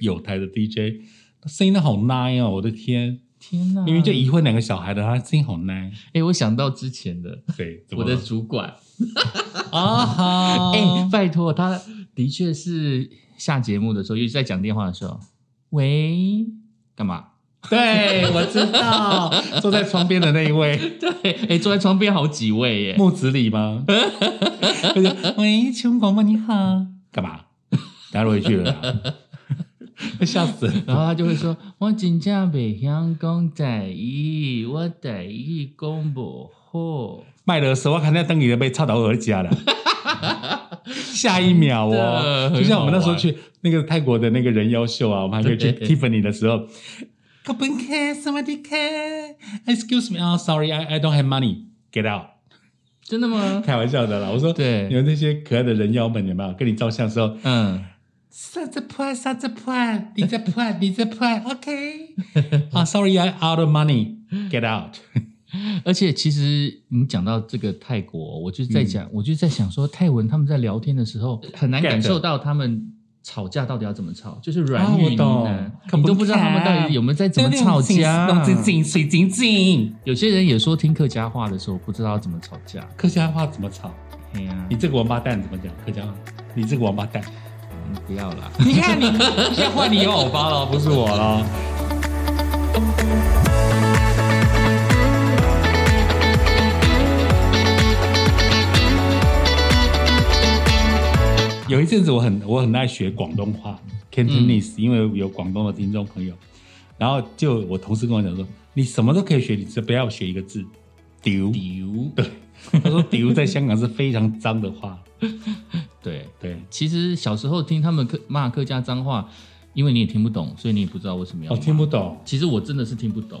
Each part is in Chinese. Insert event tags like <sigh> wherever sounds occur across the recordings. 有台的 DJ，他声音都好 nice 哦，我的天！天哪！明明就已婚两个小孩的，他声音好 <laughs> nice。哎，我想到之前的对，怎么我了的主管，啊 <laughs> 哈，哎、拜托，他的确是下节目的时候，尤其在讲电话的时候，喂，干嘛？ <laughs> 对，我知道，坐在窗边的那一位，对，哎，坐在窗边好几位耶，木子李 <laughs> 吗？他就喂，请问广播你好，干嘛？打回去了 <laughs> 啦，笑死了。然后他就会说：“我真正袂晓讲台语，我台语讲不好。卖的时候，我看那灯里的被插到耳夹 <laughs> 了。下一秒哦，真的就像我们那时很好候玩去那个泰国的那个人妖秀啊，我们还可以去对 Tiffany 的时候。g o b n care, somebody care. Excuse me, oh sorry, I I don't have money. Get out. ”真的 <laughs> 吗？开玩笑的啦，我说对你们那些可爱的人妖们有没有跟你照相的时候？嗯，上这破，上这破，你这破，你这破，OK。啊、s <laughs> o r r y i out of money. Get out. 而且其实你讲到这个泰国，我就在嗯讲，我就在想说，泰文他们在聊天的时候很难呃 Get 感受到他们吵架到底要怎么吵，就是软啊我语呢，懂看你不都不知道他们到底有没有在怎么吵架。弄紧紧，水紧紧。有些人也说听客家话的时候不知道要怎么吵架。客家话怎么吵？哎呀、你这个王八蛋怎么讲客家话？你这个王八蛋！嗯不要啦。你看你，现在换你有欧巴了，不是我了。有一阵子我很我很爱学广东话 Cantonese，、因为有广东的听众朋友，然后就我同事跟我讲说，你什么都可以学，你只不要学一个字丢。丢， <laughs> 他说丢在香港是非常脏的话，对，对。其实小时候听他们客骂客家脏话，因为你也听不懂，所以你也不知道为什么要哦，骂听不懂，其实我真的是听不懂。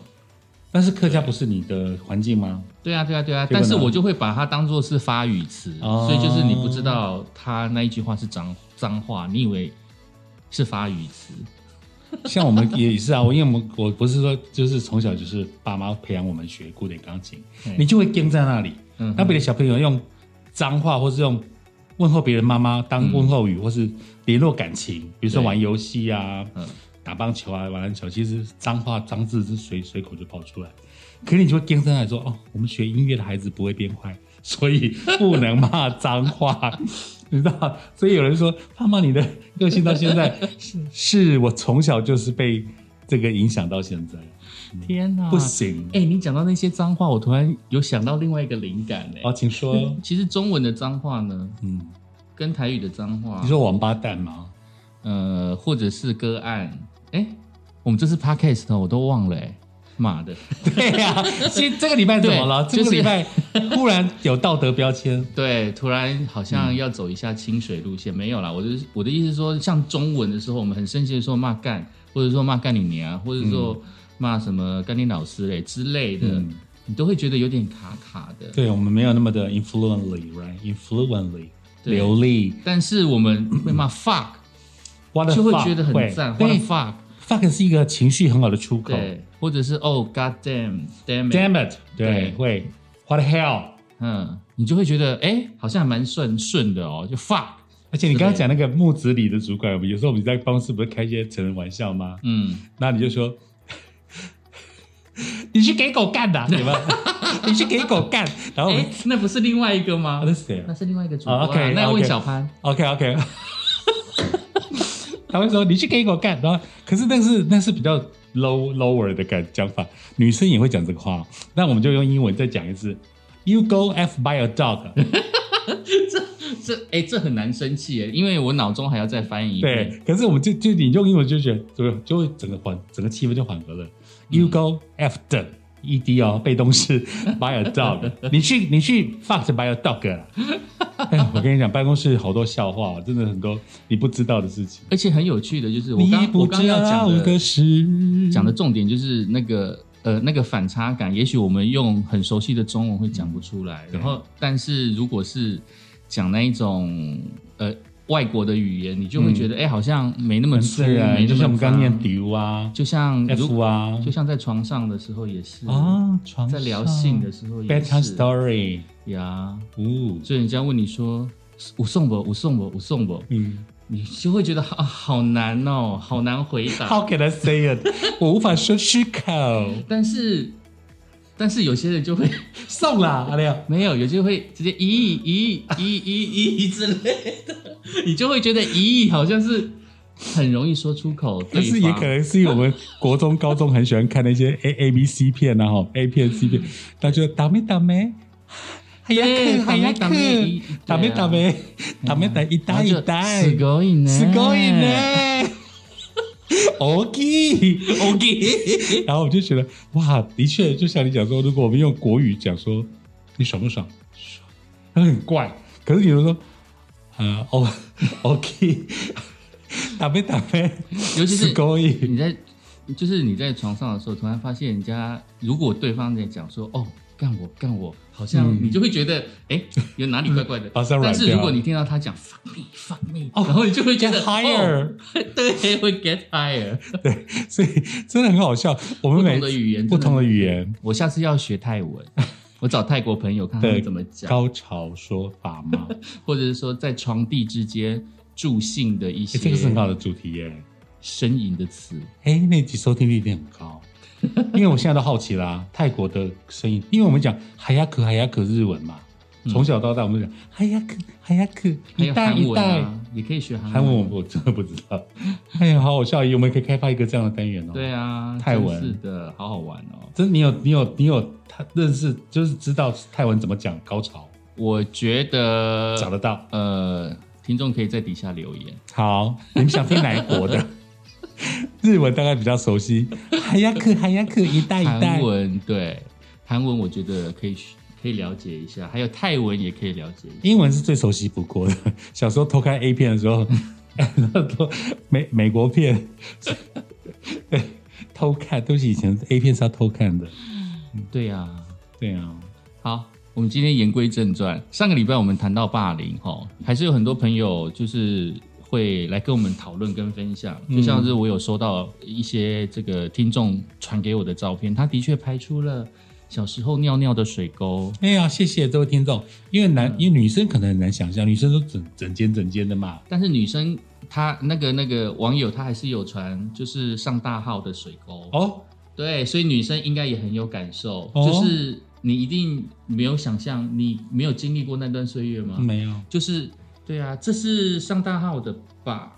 但是客家不是你的环境吗？对啊，对啊，对啊，结果但呢是我就会把它当做是发语词，哦所以就是你不知道他那一句话是脏脏话，你以为是发语词，像我们也是啊，我因为我们我不是说就是从小就是爸妈培养我们学古典钢琴嗯，你就会跟在那里。嗯那别的小朋友用脏话或是用问候别人妈妈当问候语，或是联络感情，比如说对玩游戏啊嗯、打棒球啊、玩篮球，其实脏话脏字是随随口就跑出来。可是你就会跟在那里说哦，我们学音乐的孩子不会变坏，所以不能骂脏话。你知道，所以有人说胖胖你的个性到现在是是我从小就是被这个影响到现在，天哪！嗯不行。哎、你讲到那些脏话，我突然有想到另外一个灵感哎、哦，请说，其实中文的脏话呢，嗯，跟台语的脏话，你说王八蛋吗？呃，或者是歌案，哎、我们这是 podcast 哦，我都忘了哎、妈的， <laughs> 对呀、这这个礼拜怎么了？这个对就是礼拜忽然有道德标签，对，突然好像嗯要走一下清水路线，没有啦。我的我的意思是说，像中文的时候，我们很生气的说骂干，或者说骂干你娘，或者说骂什么干你老师嘞之类的，嗯你都会觉得有点卡卡的。对我们没有那么的 influently，right？influently，对流利但是我们会骂 fuck， ，what the 就会 fuck，觉得会很赞。What a 对 fuck， ，fuck 是一个情绪很好的出口对，或者是哦 god damn damn it， ，damn it，对对，会，what the hell。嗯，你就会觉得哎，好像还蛮顺顺的哦，就 fuck，而且你刚刚讲那个木子李的主管，我们有时候我们在办公室不是开一些成人玩笑 <laughs> 吗？嗯，那你就说， <laughs> 你去给狗干的、啊，对 <laughs> 吧？你去给狗干，然后我们、哎，那不是另外一个吗啊、？哦那是谁那啊是另外一个主播、啊啊，OK，那问 OK 小潘。 ？OK OK，他会说你去给狗干，然后可是那是那是比较 low lower 的感讲法，女生也会讲这个话，那我们就用英文再讲一次，You go f by a dog，这哎、这很难生气耶，因为我脑中还要再翻译一遍。对，可是我们就就你用英文就觉得就会就会整个缓整个气氛就缓和了。You go after e d 哦，被动式 by a dog，你去你去 fucked by a dog 啦。哎，我跟你讲，办公室好多笑话哦，真的很多你不知道的事情。而且很有趣的就是我你刚我不刚知要道讲的事，讲的重点就是那个呃那个反差感，也许我们用很熟悉的中文会讲不出嗯来，然后但是如果是讲那一种呃外国的语言，你就会觉得哎、好像没那么嗯很粗，自然，没那啊就么像我们刚念脏 do 啊、就像 f 如啊就像在床上的时候也是，啊，床在聊性的时候也 bedtime 是 story，呀，哦，所以人家问你说我送不我送不我送不。嗯，你就会觉得 <laughs> 啊，好难哦，好难回答。 How can I say <laughs> it？我无法说出口。但是，但是有些人就会送啦，阿廖。没有，有些会直接咦咦咦咦咦之类的， <laughs> 你就会觉得咦，好像是很容易说出口。但是对也方可能是因为我们国中、高中很喜欢看那些 A A B C 片啊，哈，A 片、C 片，他就打没打哎没，还要嗯对，看，还要打看，咩啊打没打，没，打没打一然后代就一代，すごいね，すごい <laughs> ね。OK <laughs> OK，然后我就觉得哇，的确就像你讲说，如果我们用国语讲说你爽不爽，爽，那很怪。可是你如果说，呃，哦 OK，打没打没，尤其す是ごい。你在，就是你在床上的时候，突然发现人家，如果对方在讲说“哦，干我，干我”，好像嗯你就会觉得，哎、有哪里 <laughs> 怪怪的。马上软但掉是如果你听到他讲 “fuck me, fuck me”，、哦然后你就会觉 get 得 higher，、哦、对，会 get higher。所以真的很好笑。我不们每同的语言，不同的真语言的，我下次要学泰文，我找泰国朋友看他们的怎么讲，高潮说法 <laughs> 吗？或者是说在床地之间助兴的一哎些这个是很好的主题耶。呻吟的词。哎、那集收听率一定很高， <laughs> 因为我现在都好奇啦、泰国的声音，因为我们讲海亚克海亚克日文嘛，嗯从小到大我们讲海亚克海亚克还一有代韩一文代，啊，也可以学韩韩文我我真的不知道。哎呀，好好笑！我们可以开发一个这样的单元哦。对，啊，泰文真是的，好好玩哦。真你有你有你有他认识，就是知道泰文怎么讲高潮，我觉得找得到。呃，听众可以在底下留言。好，你们想听哪一国的？ <laughs> 日文大概比较熟悉，海亚克海亚克一代一代韩。文对，韩文我觉得可以学可以了解一下，还有泰文也可以了解一下。英文是最熟悉不过的。 <laughs> 小时候偷看 A 片的时候， <laughs> 偷美美国片，对，偷看都是以前 A 片是要偷看的。对啊，对啊，好，我们今天言归正传。上个礼拜我们谈到霸凌哈，还是有很多朋友就是会来跟我们讨论跟分享，就像是我有收到一些这个听众传给我的照片，他的确拍出了小时候尿尿的水沟。哎呀，谢谢这位听众，因为嗯男，因为女生可能很难想象，女生都整整间整间的嘛。但是女生她那个那个网友她还是有传，就是上大号的水沟。哦，对，所以女生应该也很有感受，哦就是你一定没有想象，你没有经历过那段岁月吗？没有，就是对啊，这是上大号的吧？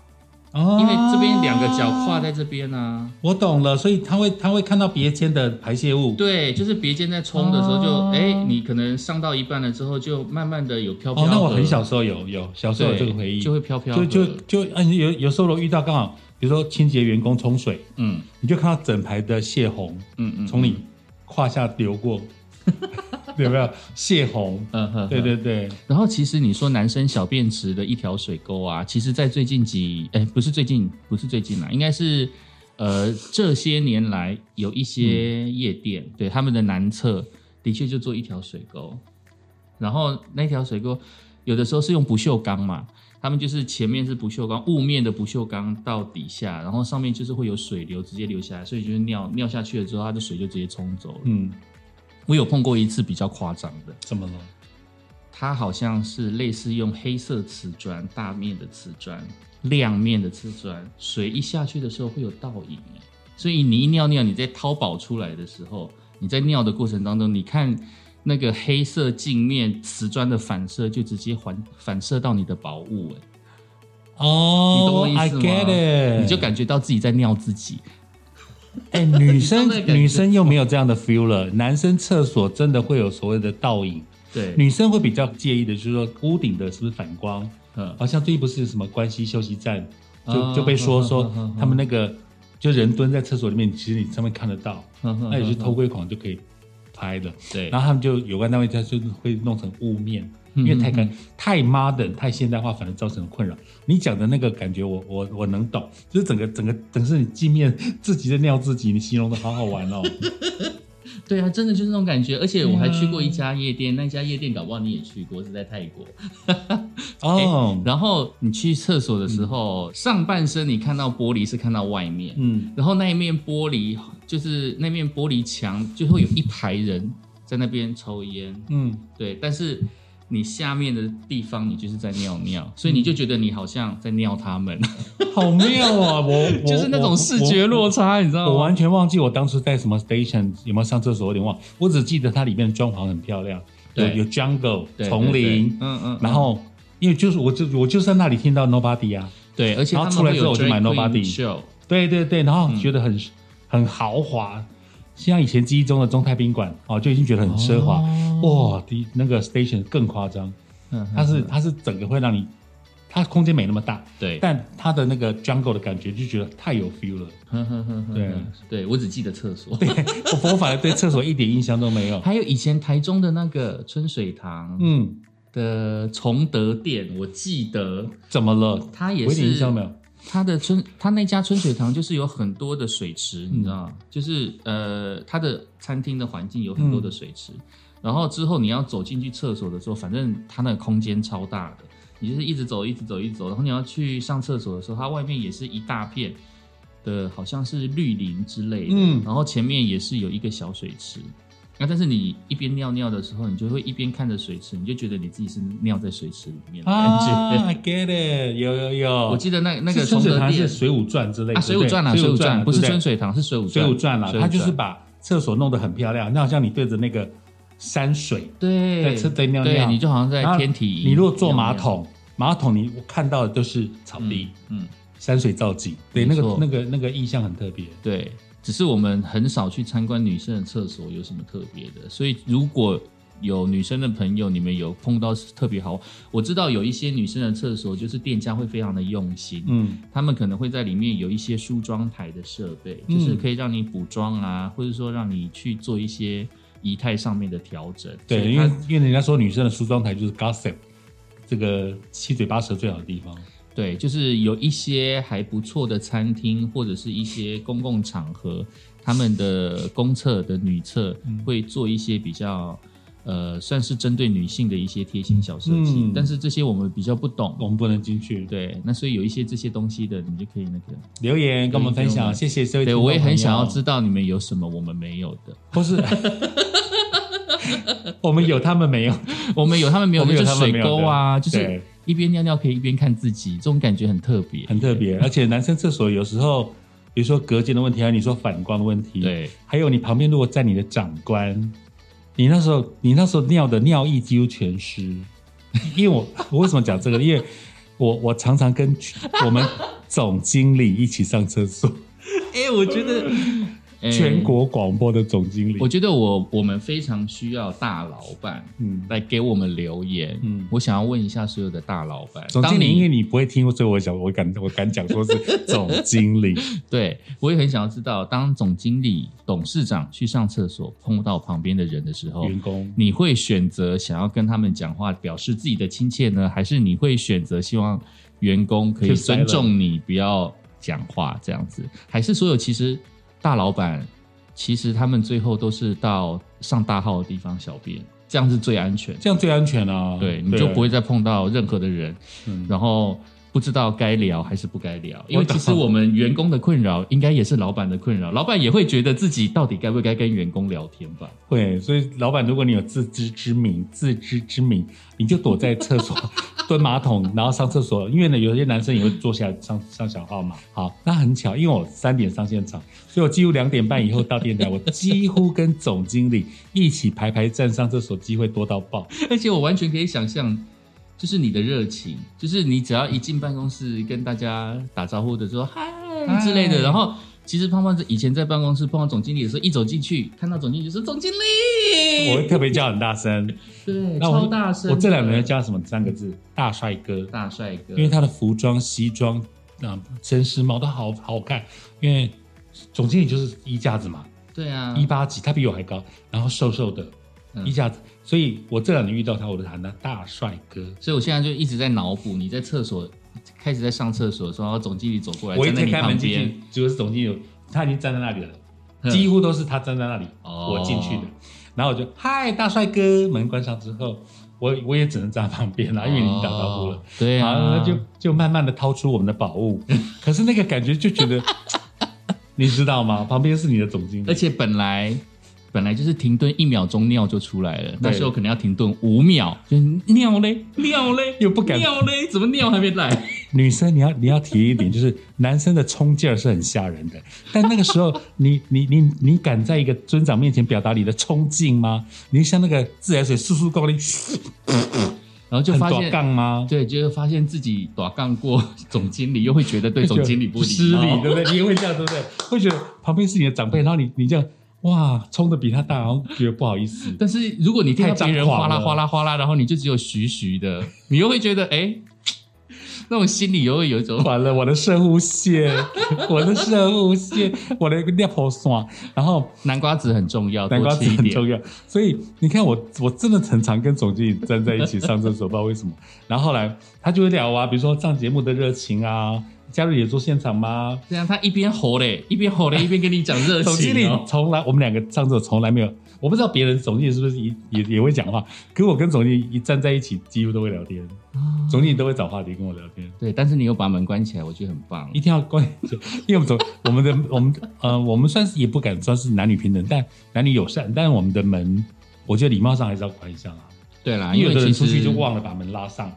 哦，因为这边两个脚跨，在这边啊。我懂了，所以他会他会看到别间的排泄物。对，就是别间在冲的时候就，哦哎、你可能上到一半了之后，就慢慢的有飘飘哦，的。那我很小时候有有小时候有对这个回忆，就会飘飘就的。就就嗯，有有时候我遇到刚好，比如说清洁员工冲水。嗯你就看到整排的泄洪嗯嗯，从你胯下流 <laughs> 过，有没有泄洪？嗯哼，对对对，然后其实你说男生小便池的一条水沟啊，其实在最近几哎不是最近不是最近啦，应该是呃这些年来有一些夜店、对他们的男厕的确就做一条水沟，然后那条水沟有的时候是用不锈钢嘛。他们就是前面是不锈钢，雾面的不锈钢到底下，然后上面就是会有水流直接流下来，所以就是尿尿下去了之后，它的水就直接冲走了。嗯，我有碰过一次比较夸张的，怎么了？它好像是类似用黑色瓷砖、大面的瓷砖、亮面的瓷砖，水一下去的时候会有倒影耶，所以你一尿尿，你在掏宝出来的时候，你在尿的过程当中，你看那个黑色镜面瓷砖的反射，就直接反反射到你的宝物，哎，你懂哦我意 i 思吗 get it，你就感觉到自己在尿自己。哎，女 <laughs> 你生懂那个感觉女生又没有这样的 feel 了，男生厕所真的会有所谓的倒影，对，女生会比较介意的就是说屋顶的是不是反光？嗯，好像最近不是有什么关西休息站，啊就就被说哼说哼哼哼他们那个就人蹲在厕所里面，其实你上面看得到， <laughs> 那那也是偷窥狂就可以拍的。对，然后他们就有关单位，他就会弄成雾面，因嗯为太干、太 modern、太现代化，反而造成困扰。你讲的那个感觉我，我我能懂，就是整个整个整个是你镜面自己在尿自己，你形容的好好玩 <laughs> 哦。对啊，真的就是那种感觉。而且我还对啊去过一家夜店，那家夜店搞不好你也去过，是在泰国。哎哦，然后你去厕所的时候，上半身你看到玻璃是看到外面，嗯，然后那一面玻璃就是那面玻璃墙就会有一排人在那边抽烟，嗯对，但是你下面的地方你就是在尿嗯尿，所以你就觉得你好像在尿他们，好妙 <laughs> 啊！我我就是那种视觉落差，你知我道我，吗？我完全忘记我当初在什么 station 有没有上厕所，有点忘。我只记得它里面的装潢很漂亮，有对有 jungle 对丛，对对林，嗯嗯，然后因为就是我就我就在那里听到 nobody 啊，对，而且然他后们出来会有之后我就 drag 买 queen Nobody show，对对对，然后觉得很、嗯很豪华，像以前记忆中的中泰宾馆哦，就已经觉得很奢华。哦哇，第那个 station 更夸张，嗯嗯它是它是整个会让你，它空间没那么大，对，但它的那个 jungle 的感觉就觉得太有 feel 了。 <laughs> 哼哼哼哼对哼 <laughs> 对，我只记得厕所，我我反而对厕所一点印象都没有。还有以前台中的那个春水堂嗯，的崇德店，我记得怎么了？它也我一点印象没是有。它的春，它那家春水堂就是有很多的水池，嗯你知道吗？就是呃，它的餐厅的环境有很多的水池，然后之后你要走进去厕所的时候，反正它那个空间超大的，你就是一直走，一直走，一直走，然后你要去上厕所的时候，它外面也是一大片的，好像是绿林之类的，嗯然后前面也是有一个小水池。那但是你一边尿尿的时候，你就会一边看着水池，你就觉得你自己是尿在水池里面的感觉。啊，get it，有有有。我记得那那个是春崇水德堂店是《水浒传》之类的，啊，《水浒传》啊，《水浒传》不是《春《水堂》，是《水浒水传》。浒传》啦水，浒它就是把厕所弄得很漂亮，那好像你对着那个山水，对在车在尿对尿你就好像在然后天体。你如果坐马，桶，马桶你看到的都是草地、嗯，山水造景，对，那没个错那个那个意象很特别。对，只是我们很少去参观女生的厕所有什么特别的，所以如果有女生的朋友，你们有碰到特别好，我知道有一些女生的厕所就是店家会非常的用心，嗯，他们可能会在里面有一些梳妆台的设备，就是嗯可以让你补妆啊，或者说让你去做一些仪态上面的调整。所对，以因它为因为人家说女生的梳妆台就是 gossip，这个七嘴八舌最好的地方。对，就是有一些还不错的餐厅或者是一些公共场合，他们的公厕的女厕嗯会做一些比较。呃，算是针对女性的一些贴心小设计，嗯但是这些我们比较不懂，我们不能进去。对，那所以有一些这些东西的，你就可以那个，留言跟我们分留享，言谢谢这位。对我也很想要知，道你们有什么我们没有的，或 <laughs> 是我们有他们没有，我们有他们没有我的，们有就他是们没水有的沟啊，就是对，一边尿尿可以一边看自己，这种感觉很特别，很特别。而且男生厕所有时候，比如说隔间的问题，还有你说反光的问题，，对，还有你旁边如果站你的长官，你那时候你那时候尿的尿意几乎全湿。 <laughs> 因为我我为什么讲这个？因为我我常常跟我们总经理一起上厕所，哎、我觉得、 <laughs> 哎全国广播的总经理嗯我，觉得我我们非常需要大老板嗯，来给我们留言。嗯我想要问一下所有的大老板，总经当理，你因为你不会听，所以我想我敢我敢讲说是总经 <laughs> 理。对我也很想要知道，当总经理、董事长去上厕所碰到旁边的人的时候，员工你会选择想要跟他们讲话，表示自己的亲切呢，还是你会选择希望员工可以 Keep silent 尊重你，不要讲话这样子？还是所有其实大老板，其实他们最后都是到上大号的地方小便，这样是最安全的。这样最安全啊，对，你就不会再碰到任何的人，嗯然后不知道该聊还是不该聊，因为懂其实我们员工的困扰应该也是老板的困扰，老板也会觉得自己到底该不该跟员工聊天吧？ <laughs> 会。所以老板，如果你有自知之明，自知之明，你就躲在厕所 <laughs> 蹲马桶，然后上厕所。因为呢，有些男生也会坐下来上上小号嘛。好，那很巧，因为我三点上现场，所以我几乎两点半以后到电台，我几乎跟总经理一起排排站上厕所，机会多到 <laughs> 爆。而且我完全可以想象，就是你的热情，就是你只要一进办公室跟大家打招呼的时候嗨嗨之类的，然后。其实胖胖在以前在办公室碰到总经理的时候，一走进去看到总经理就说：“总经理，我会特别叫很大 <laughs> 声，对，那我超大声的。”我这两年叫什么三个字？大帅哥。大帅哥，因为他的服装、西装啊、绅士帽都好好看。因为总经理就是衣架子嘛，对啊，一八几，他比我还高，然后瘦瘦的嗯衣架子，所以我这两年遇到他，我就喊他大帅哥。所以我现在就一直在脑补，你在厕所开始在上厕所的时候，然后总经理走过来我一站在推你开门旁进边，去，就是总经理，他已经站在那里嗯了，几乎都是他站在那里，哦我进去的，然后我就嗨大帅哥，门关上之后。我我也只能站在旁边啊啦，因为你打招呼了哦，对好，啊，那就就慢慢的掏出我们的宝 <laughs> 物，可是那个感觉就觉得，你知道吗？旁边是你的总经而理，且本来本来就是停顿一秒钟尿就出来了，那时候可能要停顿五秒，就是尿嘞尿嘞，又不敢尿嘞，怎么尿还没来？女生你要你要体验一 <laughs> 点，就是男生的冲劲儿是很吓人的，但那个时候 <laughs> 你你你你敢在一个尊长面前表达你的冲劲吗？你像那个自来水速速够力，然后就很发短现杠吗？对，就是发现自己短杠过总经理，又会觉得对 <laughs> 总经理不失礼貌礼，对不对？你也会这样，对不对？会觉得旁边是你的长辈，然后你你这样哇，冲的比他大，然后觉得不好意思。 <laughs> 但是如果你听到别人太哗张狂啦了哗啦哗啦，然后你就只有徐徐 <laughs> 的，你又会觉得哎、 <laughs> 那种心里又会有一 <laughs> 种完了，我的射护线，我的射护线，我的尿头酸，然后南瓜子很重要，南瓜多子吃一很点。重要。所以你看我，我真的很常跟总经理站在一起上厕所，不知道为什么。然后后来他就会聊啊，比如说上节目的热情啊，加入演出现场吗？这样他一边吼嘞，一边 <laughs> 吼嘞，一边跟你讲热总经理情、哦。从来我们两个上厕所从来没有，我不知道别人总经理是不是也也也会讲话，可我跟总经理一站在一起，几乎都会聊天，啊总经理都会找话题跟我聊天。对，但是你又把门关起来，我觉得很棒一。定要关注，因为我们总我们的我们呃，我们算是也不敢算是男女平等，但男女友善，但是我们的门，我觉得礼貌上还是要关一下啊。对啦，因因为有为的其人出实去就忘了把门拉上，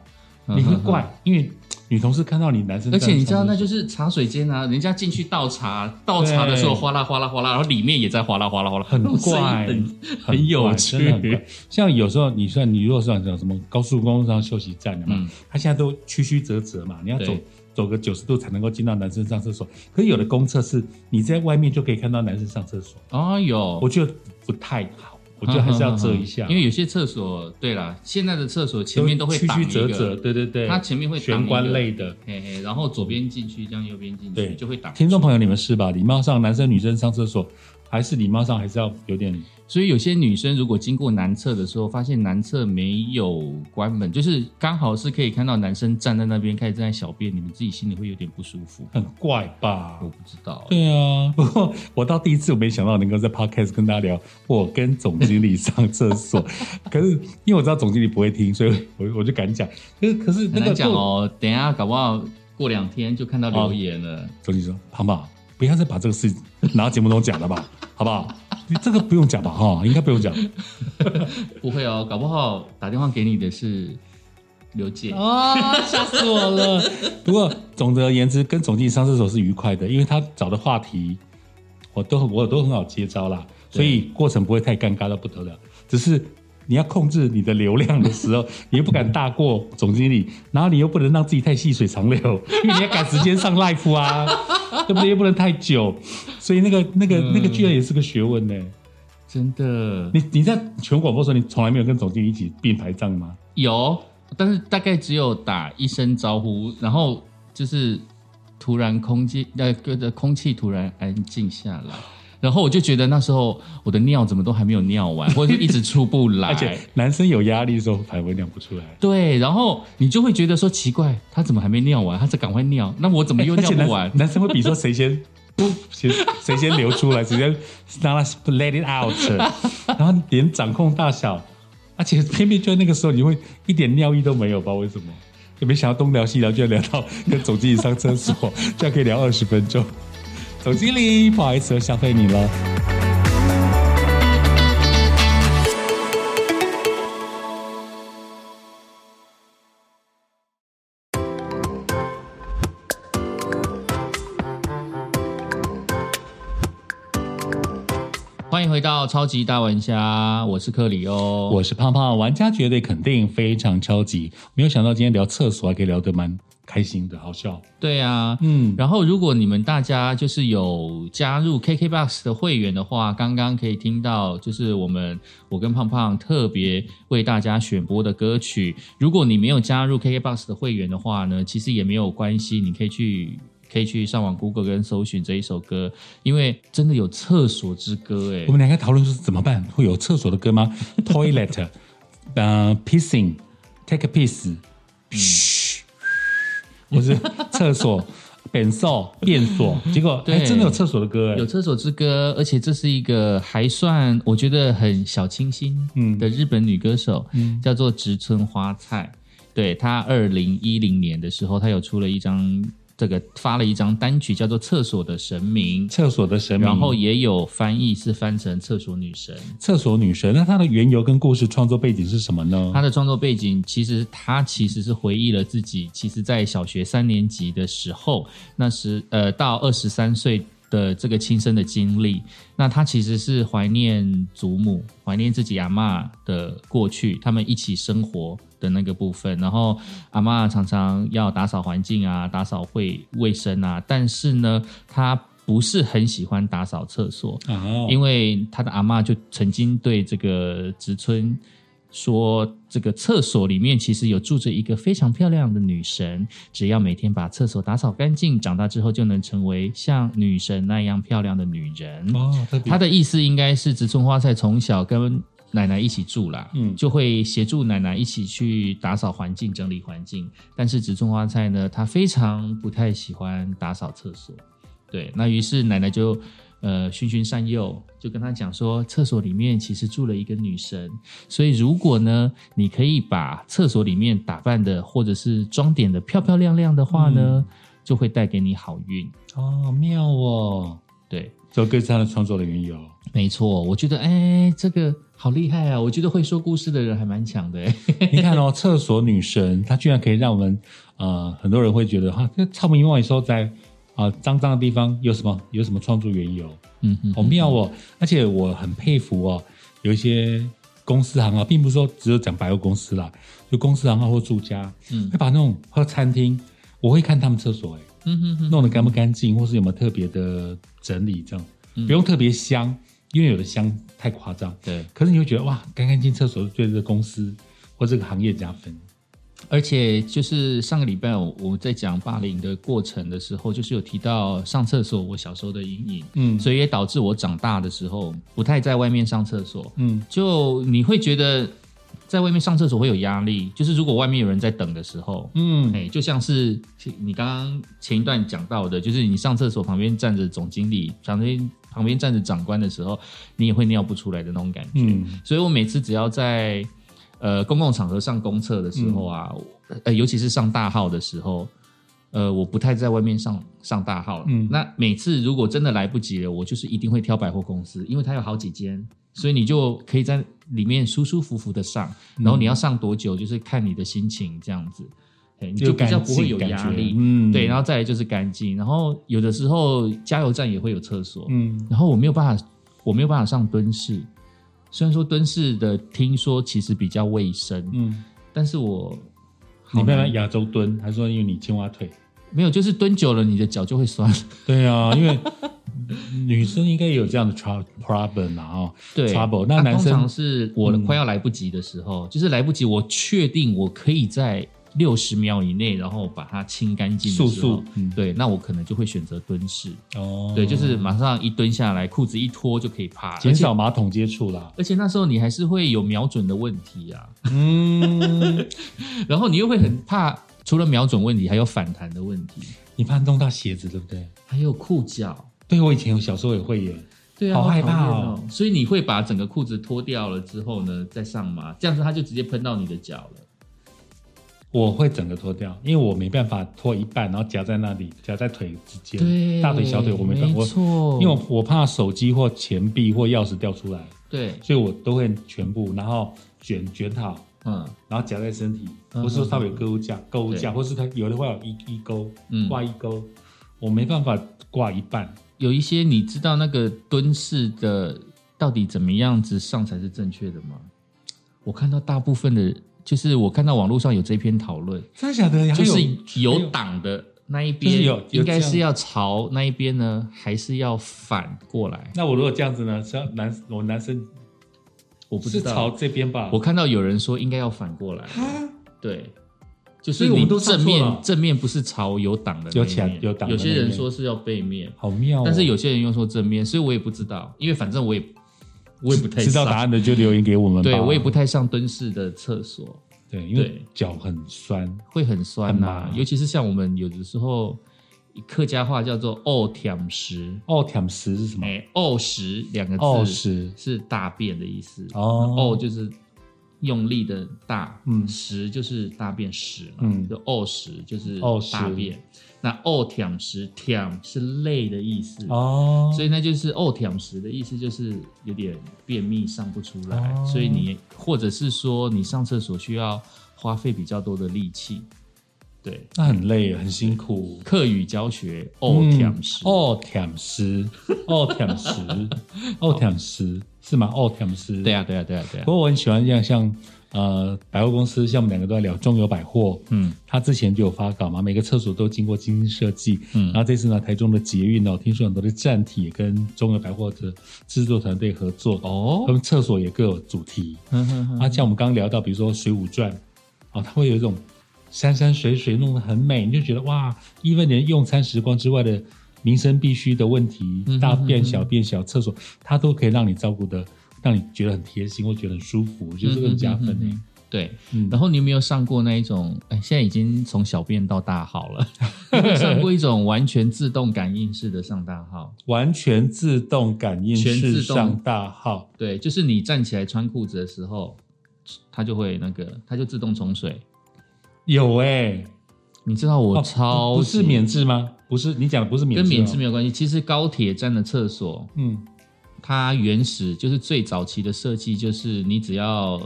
嗯你会哼哼怪，因为女同事看到你男生，而且你知道，那就是茶水间啊，人家进去倒茶，倒茶的时候对哗啦哗啦哗啦，然后里面也在哗啦哗啦哗啦，很那种声音怪很很很有怪趣真的很怪像有时候你算你如果算讲什么高速公路上休息站的嘛，嗯它现在都曲曲折折嘛，你要走对走个九十度才能够进到男生上厕所。可是有的公厕是你在外面就可以看到男生上厕所，哦有，我觉得不太好，我觉得还是要遮一下，嗯嗯嗯因为有些厕所，对啦，现在的厕所前面都会曲挡曲一折折，个，对对对，它前面会挡一个玄关类的。嘿嘿，然后左边进去，这样右边进去对就会挡。听众朋友，你们是吧？礼貌上，男生女生上厕所还是礼貌上还是要有点所以有些女生如果经过男厕的时候，发现男厕没有关门，就是刚好是可以看到男生站在那边开始在小便，你们自己心里会有点不舒服。很怪吧？我不知道，对啊，不过我到第一次我没想到能够在 podcast 跟大家聊我跟总经理上厕所， <laughs> 可是因为我知道总经理不会听，所以我我就敢讲。可是可是那个很难讲哦。等一下搞不好过两天就看到留言了。不，总经理说胖胖，不要再把这个事拿到节目中讲了吧，好不好？你这个不用讲吧，哈，应该不用讲。不会哦，搞不好打电话给你的是刘姐。啊，吓死我了！ <laughs> 不过总的而言之，跟总经理上厕所是愉快的，因为他找的话题我都很我都很好接招啦，对所以过程不会太尴尬到不得了。只是你要控制你的流量的时 <laughs> 候，你又不敢大过总经理，然后你又不能让自己太细水长 <laughs> 流，因为你要赶时间上 life 啊，对不对？又不能太久，所以那个那个那个居然也是个学问呢、真的，你你在全广播的时候，你从来没有跟总经理一起并排站吗？有，但是大概只有打一声招呼，然后就是突然空气呃，跟着空气突然安静下来，然后我就觉得那时候我的尿怎么都还没有尿完，或者是一直出不 <laughs> 而且来。男生有压力的时候，排会量不出来。对，然后你就会觉得说奇怪，他怎么还没尿完？他在赶快 <laughs> 尿，那我怎么又哎而尿且不完男？男生会比说谁先不，谁谁先流出来，谁先让他 let it out，然后连掌控大小，而且偏偏就在那个时候，你会一点尿意都没有，不知道为什么。也没想到东聊西聊，居然聊到 <laughs> 跟总经理上厕所，这样可以聊二十分钟。总经理，不好意思，我消费你了。欢迎回到超级大玩家，我是克里哦。我是胖胖，玩家绝对肯定非常超级。没有想到今天聊厕所还可以聊得蛮开心的，好笑。对啊，嗯，然后，如果你们大家就是有加入 KKBOX 的会员的话，刚刚可以听到，就是我们我跟胖胖特别为大家选播的歌曲。如果你没有加入 KKBOX 的会员的话呢，其实也没有关系，你可以去。可以去上网 Google 跟搜寻这一首歌，因为真的有厕所之歌哎我，们两个讨论说怎么办？会有厕所的歌 <laughs> 吗？Toilet，呃，pissing，take a piss，嘘、或是厕所，便所，便所。结果对哎，真的有厕所的歌有哎，厕所之歌，而且这是一个还算我觉得很小清新嗯的日本女歌手，嗯叫做植村花菜。对她二零一零年的时候，她有出了一张这个发了一张单曲，叫做《厕所的神明》，厕所的神明，然后也有翻译是翻成《厕所女神》。厕所女神，那它的缘由跟故事创作背景是什么呢？她的创作背景其实她其实是回忆了自己，其实在小学三年级的时候，那时呃到二十三岁的这个亲身的经历。那她其实是怀念祖母，怀念自己阿嬷的过去，他们一起生活的那个部分。然后阿嬷常常要打扫环境啊，打扫卫卫生啊，但是呢，她不是很喜欢打扫厕所。哦，因为他的阿嬷就曾经对这个植村说，这个厕所里面其实有住着一个非常漂亮的女神，只要每天把厕所打扫干净，长大之后就能成为像女神那样漂亮的女人。哦，特别他的意思应该是植村花菜从小跟奶奶一起住啦，嗯就会协助奶奶一起去打扫环境、整理环境。但是植村花菜呢，她非常不太喜欢打扫厕所，对，那于是奶奶就。呃，循循善诱，就跟她讲说，厕所里面其实住了一个女神，所以如果呢，你可以把厕所里面打扮的或者是装点的漂漂亮亮的话呢，就会带给你好运。哦妙哦，对，这个是他的创作的缘由。没错，我觉得哎，这个好厉害啊！我觉得会说故事的人还蛮强的哎。 <laughs> 你看哦，厕所女神，她居然可以让我们呃，很多人会觉得哈，这超明外说在啊、脏脏的地方有什么有什么创作缘由，嗯哼，好妙哦！而且我很佩服哦，有一些公司行啊，并不是说只有讲百货公司啦，就公司行啊或住家，嗯会把那种或餐厅，我会看他们厕所、欸，嗯哼哼，弄得干不干净，或是有没有特别的整理，这样嗯不用特别香，因为有的香太夸张。对，可是你会觉得哇，干干净厕所是对这个公司或这个行业加分。而且就是上个礼拜我我在讲霸凌的过程的时候，就是有提到上厕所我小时候的阴影，嗯所以也导致我长大的时候不太在外面上厕所。嗯，就你会觉得在外面上厕所会有压力，就是如果外面有人在等的时候，嗯，哎、就像是你刚刚前一段讲到的，就是你上厕所旁边站着总经理，旁边旁边站着长官的时候，你也会尿不出来的那种感觉。嗯，所以我每次只要在呃公共场合上公厕的时候啊，嗯呃尤其是上大号的时候，呃我不太在外面上上大号了。嗯那每次如果真的来不及了，我就是一定会挑百货公司，因为它有好几间，所以你就可以在里面舒舒服服的上，嗯然后你要上多久就是看你的心情这样子，哎你就比较不会有干净压感觉力。嗯，对，然后后再来就是干净，然后有的时候加油站也会有厕所，嗯然后我没有办法，我没有办法上蹲式。虽然说蹲式的听说其实比较卫生，嗯，但是我好你不要难来亚洲蹲，还说因为你青蛙腿。没有，就是蹲久了你的脚就 <laughs> 会酸。对啊， <laughs> 因为女生应该也有这样的 tr problem 啊，哦，对啊 trouble。那男通常生嗯是我快要来不及的时候，就是来不及，我确定我可以在六十秒以内，然后把它清干净的时速候。速，嗯，对，那我可能就会选择蹲式，哦，对，就是马上一蹲下来，裤子一脱就可以趴，减少马桶接触啦。而且。而且那时候你还是会有瞄准的问题啊，嗯，然后你又会很怕，除了瞄准问题，还有反弹的问题，你怕弄到鞋子对不对？还有裤脚。对，我以前有小时候也会耶。对啊好害怕讨厌哦所以你会把整个裤子脱掉了之后呢，再上麻，这样子它就直接喷到你的脚了。我会整个脱掉，因为我没办法脱一半，然后夹在那里，夹在腿之间，大腿、小腿我没办法，我错因为我我怕手机或钱币或钥匙掉出来，对，所以我都会全部，然后卷卷好，嗯然后夹在身体，嗯或是说它有购物架，购物架，对或是它有的会有一一钩嗯，挂一钩，我没办法挂一半，有一些你知道那个蹲式的到底怎么样子上才是正确的吗？我看到大部分的，就是我看到网络上有这篇讨论，真的假的？还就有是有挡的那一边，就是有有应该这是样要朝那一边呢，还是要反过来？那我如果这样子呢？是要男我男生我不知是朝道。这边吧？我看到有人说应该要反过来，对，就是所以我你们都上正错面了正面不是朝有挡的那有一起来面有挡的有些那一人面说是要背面，好妙、哦，但是有些人又说正面，所以我也不知道，因为反正我也我也不太知道答上，案的就留言给我们吧。对我也不太上蹲式的厕所，对，因为对脚很酸。会很酸很呐、麻尤其是像我们有的时候客家话叫做“哦舔食”。哦，舔食是什么？哎，沤食两个字，哦，食是大便的意思。哦沤就是用力的大，嗯食就是大便屎嘛，嗯就沤食就是沤食大便。那哦，舔食舔是累的意思，哦，所以那就是哦，舔食的意思就是有点便秘上不出来，哦所以你或者是说你上厕所需要花费比较多的力气，对。那很累，很辛苦。课语教学哦，舔食、哦，舔食，哦，舔食，哦，舔食是吗？哦，舔食。对啊，对啊，对啊，对啊不，过我很喜欢这样，像呃百货公司，像我们两个都在聊中友百货，嗯他之前就有发稿嘛，每个厕所都经过精心设计。嗯然后这次呢，台中的捷运哦，听说很多的站体也跟中友百货的制作团队合作，哦他，们厕所也各有主题。哼哼哼啊，像我们刚刚聊到，比如说《水浒传》，哦，它会有一种山山水水弄得很美，你就觉得哇，因为连用餐时光之外的民生必须的问题嗯哼，大便小便小厕所，它都可以让你照顾的，让你觉得很贴心，或觉得很舒服，我觉得这个很加分嗯嗯嗯呢。对，嗯然后你有没有上过那一种？哎，现在已经从小便到大 <laughs> 号了。你有没有上过一种完全自动感应式的上大号？完全自动感应全式自动上大号，对，就是你站起来穿裤子的时候，它就会那个，它就自动冲水。有哎、你知道我哦超不级、是免治吗？不是，你讲的不是免治、哦，跟免治没有关系。其实高铁站的厕所，嗯，它原始就是最早期的设计，就是你只要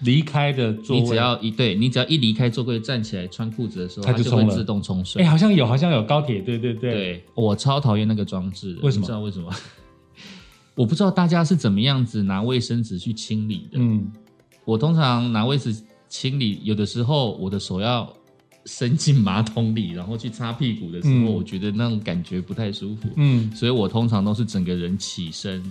离开的座位，你只要一对你只要一离开座柜站起来穿裤子的时候，它它就就会冲了自动冲水哎、。好像有，好像有高铁，对对对，对我超讨厌那个装置的，为什么你知道为什么？ <laughs> 我不知道大家是怎么样子拿卫生纸去清理的。嗯，我通常拿卫生纸清理，有的时候我的手要伸进马桶里，然后去擦屁股的时候，嗯我觉得那种感觉不太舒服，嗯，所以我通常都是整个人起身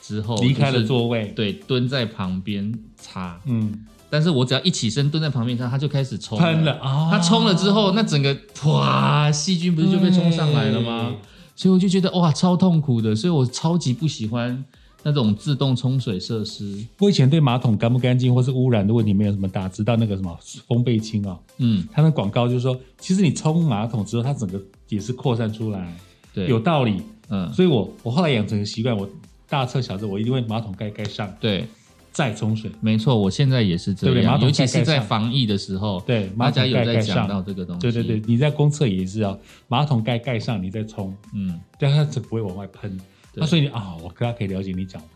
之后离开哦就了是座位，对，蹲在旁边擦。嗯，但是我只要一起身蹲在旁边擦，它就开始冲喷了啊，它冲了之后，那整个哇，细菌不是就被冲上来了吗？所以我就觉得哇，超痛苦的，所以我超级不喜欢那种自动冲水设施。对？我以前对马桶干不干净或是污染的问题没有什么大，直到那个什么风贝清哦，嗯，它的广告就是说，其实你冲马桶之后，它整个也是扩散出来，对，有道理。嗯，所以我我后来养成个习惯，我大厕小厕我一定会马桶盖盖上对，再冲水，没错，我现在也是这对不对马样，桶尤其盖是盖在上防疫的时候，对，大马家桶有盖在盖讲到上。这个东西。对对对，，你在公厕也是哦，马桶盖盖上，你再冲，嗯，但它是不会往外喷。对那所以你啊，我大家可以了解你讲的，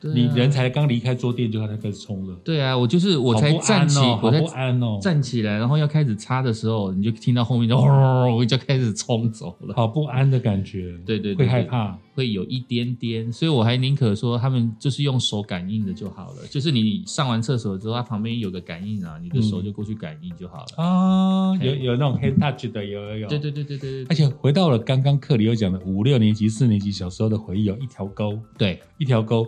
对啊你人才刚离开桌垫就它开始冲了。对啊，我就是我才好不站安起，哦，好我不才安哦，站起来，然后要开始擦的时候，你就听到后面就哦，我就开始冲走了。好不安的感觉，对对对会害对怕，会有一点点，所以我还宁可说他们就是用手感应的就好了，就是你上完厕所之后，它旁边有个感应啊，你的手就过去感应就好了。啊，嘿有有那种 hand touch 的，有有有，对对对对对而对且回到了刚刚课里有讲的五六年级、四年级小时候的回忆哦，一条沟，对一条沟。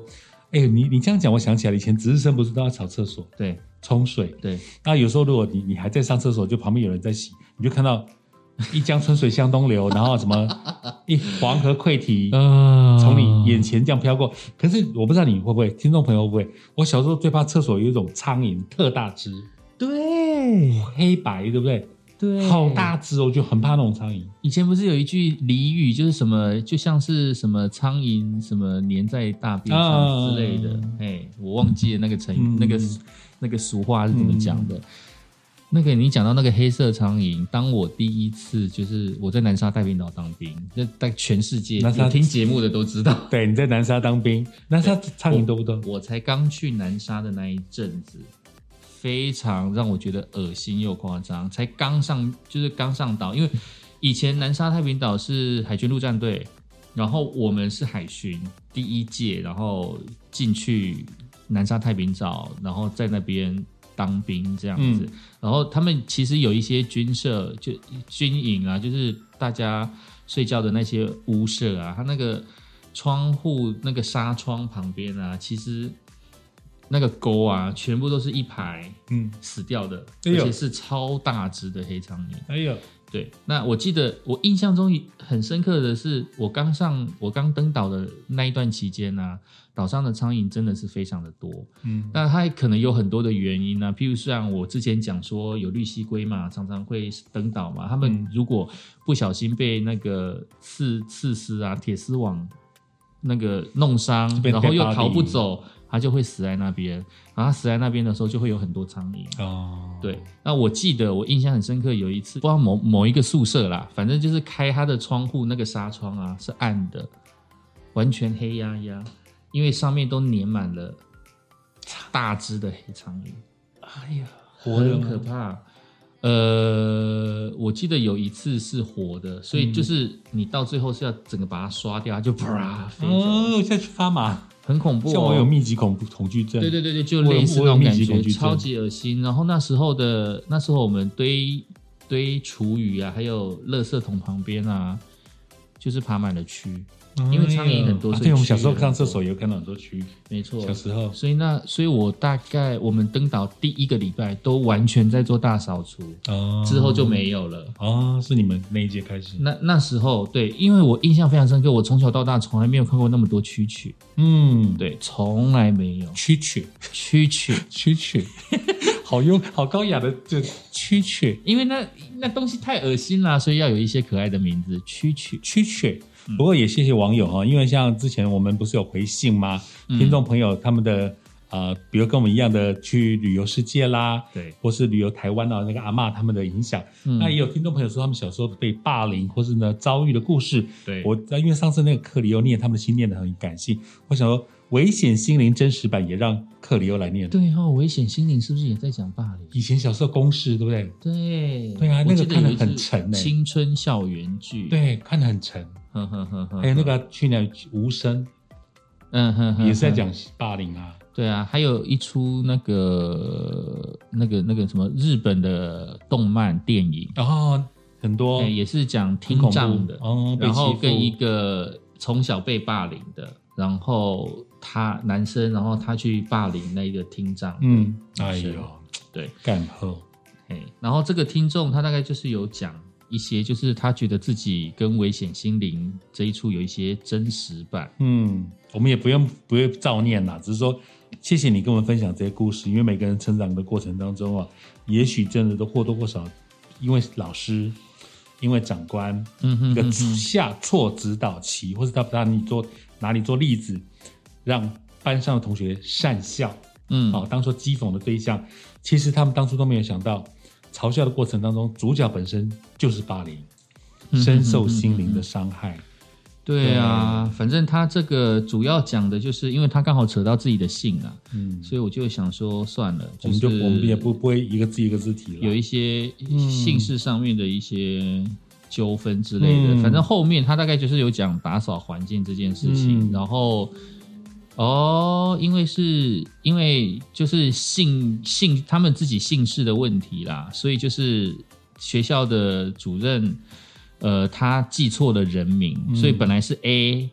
哎呦，你你这样讲，我想起来了，以前值日生不是都要扫厕所、对冲水？对那有时候如果你你还在上厕所，就旁边有人在洗，你就看到一江春水向东流，然后什么一黄河溃堤，啊从你眼前这样飘过。可是我不知道你会不会，听众朋友会不会？我小时候最怕厕所有一种苍蝇，特大只，对黑白，对不对？对好大，只哦，我就很怕那种苍蝇。以前不是有一句俚语，就是什么就像是什么苍蝇什么粘在大便啊上之类的，哎、我忘记了那个成、嗯那个那个俗话是怎么讲的。那个你讲到那个黑色苍蝇，当我第一次就是我在南沙带兵岛当兵，那在全世界南沙有听节目的都知道，对，你在南沙当兵，南沙苍蝇多不多？我才刚去南沙的那一阵子，非常让我觉得恶心又夸张。才刚上，就是刚上岛，因为以前南沙太平岛是海军陆战队，然后我们是海巡第一届，然后进去南沙太平岛，然后在那边当兵这样子。嗯然后他们其实有一些军舍，就军营啊，就是大家睡觉的那些屋舍啊，它那个窗户那个纱窗旁边啊，其实那个沟啊，全部都是一排嗯，死掉的，哎呦而且是超大只的黑苍蝇。哎呦，对，那我记得我印象中很深刻的是，我刚上我刚登岛的那一段期间呢、啊，岛上的苍蝇真的是非常的多。嗯，那它可能有很多的原因呢、譬如像我之前讲说有绿蜥龟嘛，常常会登岛嘛，它们嗯如果不小心被那个刺刺丝啊、铁丝网那个弄伤，变然后 dead 又 body 逃不走，它就会死在那边。然后它死在那边的时候，就会有很多苍蝇。哦，对，那我记得我印象很深刻，有一次不知道某某一个宿舍啦，反正就是开它的窗户，那个纱窗啊是暗的，完全黑压压，因为上面都粘满了大只的黑苍蝇。哎呀，活的很吗可怕。呃，我记得有一次是活的，所以嗯就是你到最后是要整个把它刷掉，它就啪飞走，哦，我现在去发麻，很恐怖、哦。像我有密集恐怖恐惧症，对对对对，就我有类似我有那种密感集恐觉，惧症超级恶心。然后那时候的那时候我们堆堆厨余啊，还有垃圾桶旁边啊，就是爬满了蛆，哎呦，因为苍蝇很多啊所以对，我们蛆小时候也很上厕多哦所也有看到很多蛆，没错。小时候所以那所以我大概我们登岛第一个礼拜都完全在做大扫除，哦，之后就没嗯有了。哦，是你们那一届开始，那那时候，对，因为我印象非常深刻，我从小到大从来没有看过那么多蛐蛐，嗯，对，从来没有蛐蛐，蛐蛐，蛐蛐，好优，好高雅的这蛐蛐，因为那那东西太恶心啦，所以要有一些可爱的名字，蛐蛐。蛐蛐。嗯不过也谢谢网友哈，因为像之前我们不是有回信吗？嗯听众朋友他们的呃，比如跟我们一样的去旅游世界啦，对，或是旅游台湾啊，那个阿嬷他们的影响。嗯那也有听众朋友说他们小时候被霸凌，或是呢遭遇的故事。对我因为上次那个克里欧念他们的心念的很感性，我想说危险心灵真实版也让克里欧来念。对哦，危险心灵是不是也在讲霸凌？以前小时候公式对不对？对，对啊我那个记得看得有一次很沉欸青春校园剧，，对，看得很沉。呵呵呵呵，还有那个去年无声嗯哼哼，也是在哼，讲霸凌啊。对啊，还有一出那个那个那个什么日本的动漫电影，然后很多哎，也是讲很听恐障怖的，哦，被然后欺负跟一个从小被霸凌的，然后他男生，然后他去霸凌那个听障，嗯，哎是呦，对，干后嘿，然后这个听众他大概就是有讲一些，就是他觉得自己跟《危险心灵》这一出有一些真实版，嗯，我们也不用不会照念啦，只是说谢谢你跟我们分享这些故事，因为每个人成长的过程当中啊，也许真的都或多或少，因为老师，因为长官嗯哼一哼个哼，下错指导棋，或者他把你做哪里做例子，让班上的同学善笑，嗯，好、，哦当做讥讽的对象，其实他们当初都没有想到，嘲笑的过程当中，主角本身就是霸凌，嗯深受心灵的伤害。对啊，反正他这个主要讲的就是，因为他刚好扯到自己的姓啊，嗯，所以我就想说算了，我就们是就我们也不不会一个字一个字提有了。一些嗯姓氏上面的一些纠纷之类的。嗯反正后面他大概就是有讲打扫环境这件事情，嗯然后哦，因为是因为就是姓姓他们自己姓氏的问题啦，所以就是学校的主任。呃，他记错了人名，嗯所以本来是 A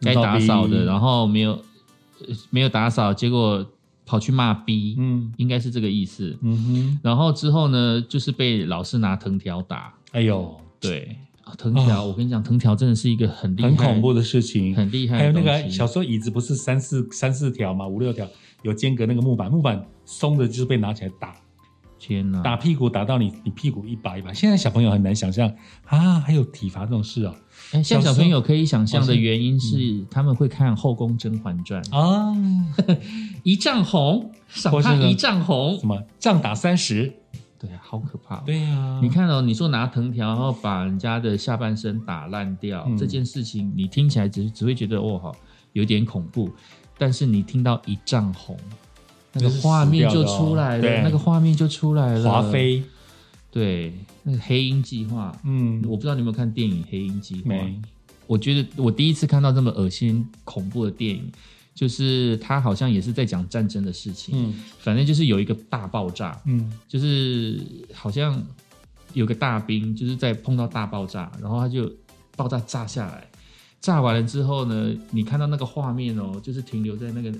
该弄到打扫 B 的，然后没有、呃没有打扫，结果跑去骂 B，、嗯应该是这个意思。嗯哼，然后之后呢，就是被老师拿藤条打。哎呦，对，啊藤条，我跟你讲，藤条真的是一个很厉害、很恐怖的事情。很厉害还有的那东西。个小时候椅子不是三四三四条嘛，五六条有间隔那个木板，木板松的就是被拿起来打，天哪，打屁股打到你你屁股一把一把。现在小朋友很难想象啊，还有体罚这种事哦。哎，像小时候哦小朋友可以想象好的像原因是，他们会看《后宫甄嬛传》，啊，一丈红，赏或是他呢一丈红什。么仗打三十？对啊，好可怕。对呀、你，看哦，你说拿藤条然后把人家的下半身打烂掉、嗯这件事情，你听起来只只会觉得哦，好有点恐怖，但是你听到一丈红，那个那是画面就出来死掉的了，哦对那个画面就出来了。华，妃，对，那个黑鹰计划，嗯，我不知道你有没有看电影《黑鹰计划》？没，我觉得我第一次看到这么恶心恐怖的电影，就是它好像也是在讲战争的事情，嗯反正就是有一个大爆炸，嗯就是好像有个大兵，就是在碰到大爆炸，然后他就爆炸炸下来，炸完了之后呢，你看到那个画面哦，就是停留在那个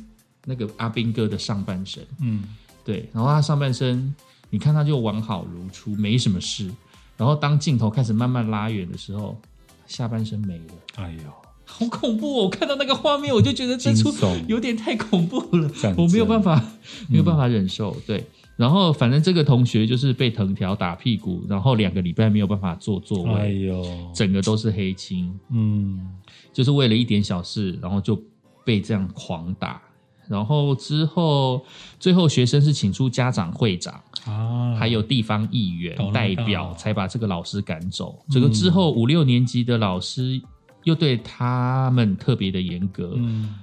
那个阿兵哥的上半身，嗯，对，然后他上半身，你看他就完好如初，没什么事。然后当镜头开始慢慢拉远的时候，下半身没了，哎呦，好恐怖、哦！我看到那个画面，我就觉得这出惊悚有点太恐怖了战，我没有争办法，嗯没有办法忍受。对，然后反正这个同学就是被藤条打屁股，然后两个礼拜没有办法坐座哎位，呦，整个都是黑青，嗯，就是为了一点小事，然后就被这样狂打。然后之后，最后学生是请出家长会长，啊，还有地方议员懂了代懂表了才把这个老师赶走。这个之嗯后五六年级的老师又对他们特别的严格，嗯，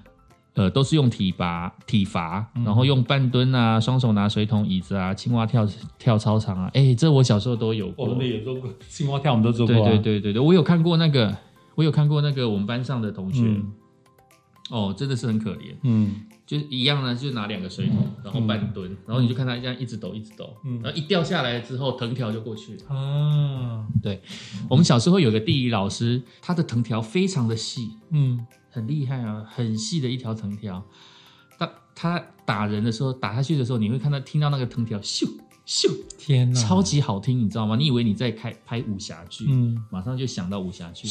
呃，都是用体罚、体罚，嗯然后用半蹲啊、双手拿水桶、椅子啊、青蛙跳跳操场啊。哎，这我小时候都有我过。们的也做过，青蛙跳我们都做对过、啊，对对对对，我有看过那个，我有看过那个我们班上的同学，嗯哦，真的是很可怜，嗯就是一样呢，就拿两个水桶，然后半蹲，然后你就看他这样一直抖，一直抖，嗯然后一掉下来之后，藤条就过去了。啊，我们小时候有个地理老师，他的藤条非常的细，嗯，很厉害啊，很细的一条藤条。他他打人的时候，打下去的时候，你会看到听到那个藤条咻咻，天哪，超级好听，你知道吗？你以为你在开拍武侠剧，嗯，马上就想到武侠剧。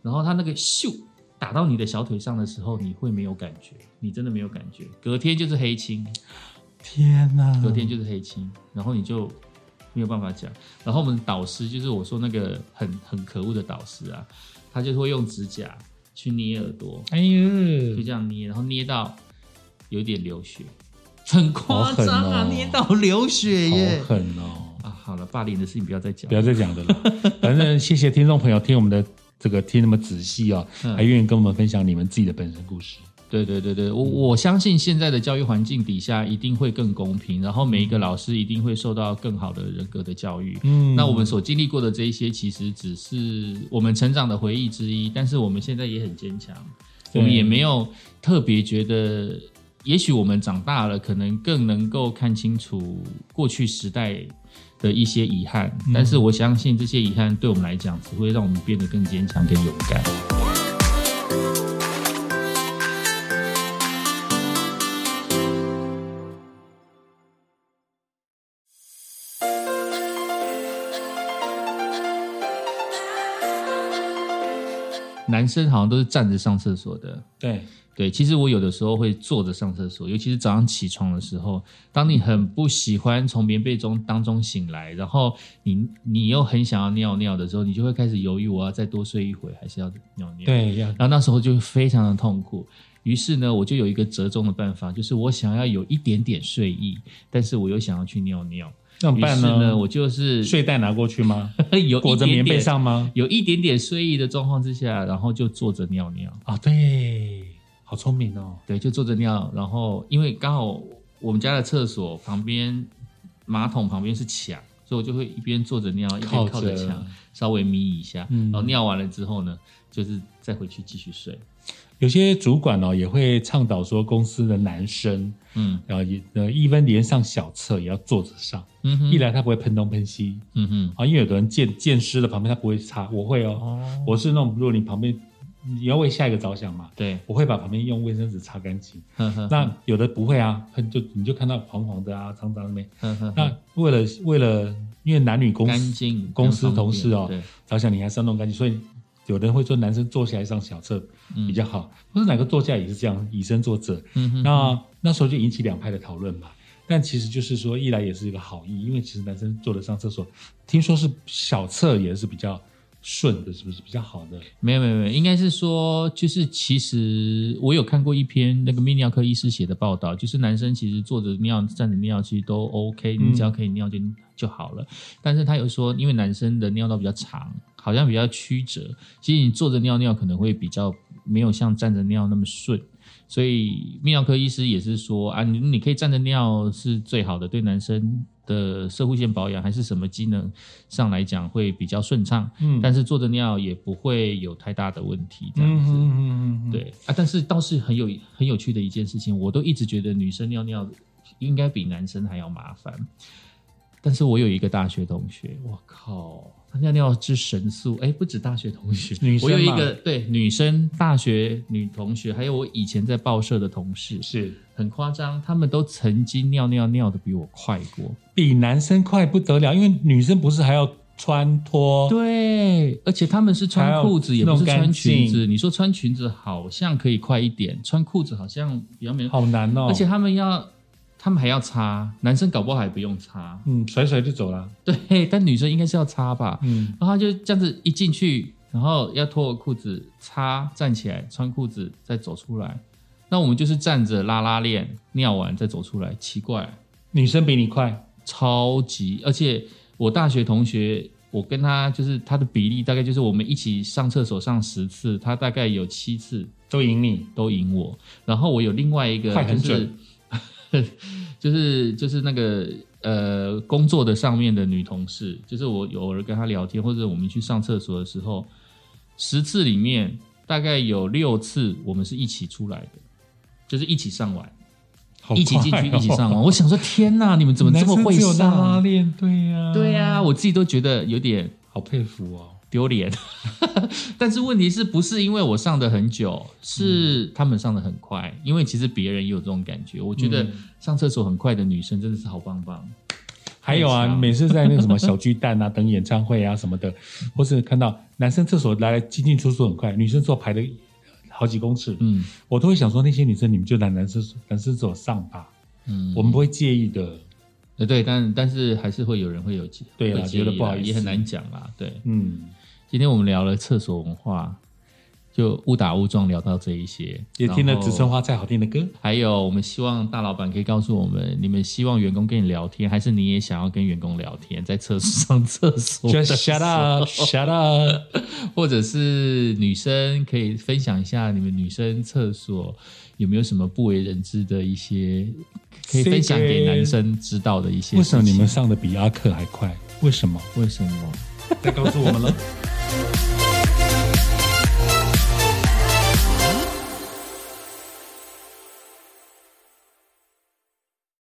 然后他那个咻打到你的小腿上的时候，你会没有感觉，你真的没有感觉。隔天就是黑青，天哪，隔天就是黑青，然后你就没有办法讲。然后我们导师就是我说那个很很可恶的导师啊，他就会用指甲去捏耳朵，哎呦就，这样捏，然后捏到有点流血，很夸张好啊，狠哦捏到流血耶好！狠哦。啊，好了，霸凌的事情不要再讲不。要再讲的了。 <laughs> 反正谢谢听众朋友听我们的这个听那么仔细哦，嗯还愿意跟我们分享你们自己的本身故事。对对对对，我嗯我相信现在的教育环境底下一定会更公平，然后每一个老师一定会受到更好的人格的教育。嗯那我们所经历过的这一些，其实只是我们成长的回忆之一，但是我们现在也很坚强，对我们也没有特别觉得，也许我们长大了，可能更能够看清楚过去时代的一些遗憾，但是我相信这些遗憾对我们来讲，只会让我们变得更坚强、更勇敢。男生好像都是站着上厕所的，对，对，其实我有的时候会坐着上厕所，尤其是早上起床的时候，当你很不喜欢从棉被中当中醒来，然后你你又很想要尿尿的时候，你就会开始犹豫，我要再多睡一会，还是要尿尿？。对，要然后那时候就非常的痛苦。于是呢，我就有一个折中的办法，就是我想要有一点点睡意，但是我又想要去尿尿。那怎么于办是呢，呢？我就是睡袋拿过去吗？ <laughs> 有一裹着点棉被点，上吗？有一点点睡意的状况之下，然后就坐着尿尿。啊，对，好聪明哦。对，就坐着尿，然后因为刚好我们家的厕所旁边马桶旁边是墙，所以我就会一边坐着尿，一边靠着墙，稍微眯一下，嗯然后尿完了之后呢，就是再回去继续睡。有些主管哦也会倡导说，公司的男生，嗯然后也呃，一分连上小厕也要坐着上，嗯哼一来他不会喷东喷西嗯哼啊，因为有的人见见湿了旁边他不会擦，我会哦，哦，我是那种如果你旁边你要为下一个着想嘛，对，我会把旁边用卫生纸擦干净。呵呵那有的不会啊，喷就你就看到黄黄的啊，脏脏的没。呵呵那为了为了因为男女公嗯干净公司更方同事哦便着想，你还是要弄干净。所以有的人会说男生坐下来上小厕嗯比较好，或者哪个坐下也是这样，以身作则。对，嗯哼，那那时候就引起两派的讨论嘛。但其实就是说，一来也是一个好意，因为其实男生坐得上厕所，听说是小厕也是比较顺的，是不是比较好的？没有没有没有，应该是说，就是其实我有看过一篇那个泌尿科医师写的报道，就是男生其实坐着尿、站着尿其实都 OK，嗯你只要可以尿就、就好了。但是他有说，因为男生的尿道比较长，好像比较曲折，其实你坐着尿尿可能会比较没有像站着尿那么顺。所以泌尿科医师也是说啊，你你可以站着尿是最好的，对男生的射护腺保养还是什么机能上来讲会比较顺畅。嗯但是坐着尿也不会有太大的问题，这样嗯子。嗯嗯嗯，对啊，但是倒是很有很有趣的一件事情，我都一直觉得女生尿尿应该比男生还要麻烦。但是我有一个大学同学，我靠，他尿尿之神速！哎，不止大学同学，女生我有一嘛个对女生大学女同学，还有我以前在报社的同事，是很夸张，他们都曾经尿尿尿的比我快过。比男生快不得了，因为女生不是还要穿脱，对，而且他们是还穿要裤子，也不是弄干穿裙子。净你说穿裙子好像可以快一点，穿裤子好像比较没有。好难哦。而且他们要，他们还要擦，男生搞不好还不用擦。嗯，甩甩就走了。对，但女生应该是要擦吧？嗯，然后他就这样子一进去，然后要脱裤子，擦，站起来，穿裤子，再走出来。那我们就是站着拉拉链，尿完再走出来，奇怪，女生比你快，超级，而且我大学同学，我跟他就是他的比例大概就是我们一起上厕所上十次，他大概有七次都赢你。都赢我。然后我有另外一个快就很是准 <laughs> 就是就是那个呃工作的上面的女同事，就是我有偶尔跟她聊天，或者我们去上厕所的时候，十次里面大概有六次我们是一起出来的，就是一起上完，好一起进快去，哦一起上完。我想说，天哪，你们怎么这么男会生只有上啊拉拉链？对呀、对呀、我自己都觉得有点好佩服哦。丢脸。 <laughs> 但是问题是不是因为我上的很久，是他们上的很快？因为其实别人也有这种感觉。我觉嗯得上厕所很快的女生真的是好棒棒。还有啊，太强每次在那个什么小巨蛋啊、等演唱会啊什么 <laughs> 的，或是看到男生厕所来来进进出出很快，女生厕所排的好几公尺，嗯我都会想说那些女生你们就来男生男生厕所上吧，嗯，我们不会介意的。呃对，但但是还是会有人会有介对啊会介意觉得不好意思也很难讲啦。对，嗯，今天我们聊了厕所文化，就误打误撞聊到这一些，也听了然后植村花菜好听的歌，还有，我们希望大老板可以告诉我们，你们希望员工跟你聊天，还是你也想要跟员工聊天，在厕所上厕所就的时 shut 候 up shut up。 <laughs> 或者是女生可以分享一下你们女生厕所有没有什么不为人知的一些，可以分享给 Secret 男生知道的一些为事什情。么你们上的比阿克还快？为什么？为什么？再告诉我们了。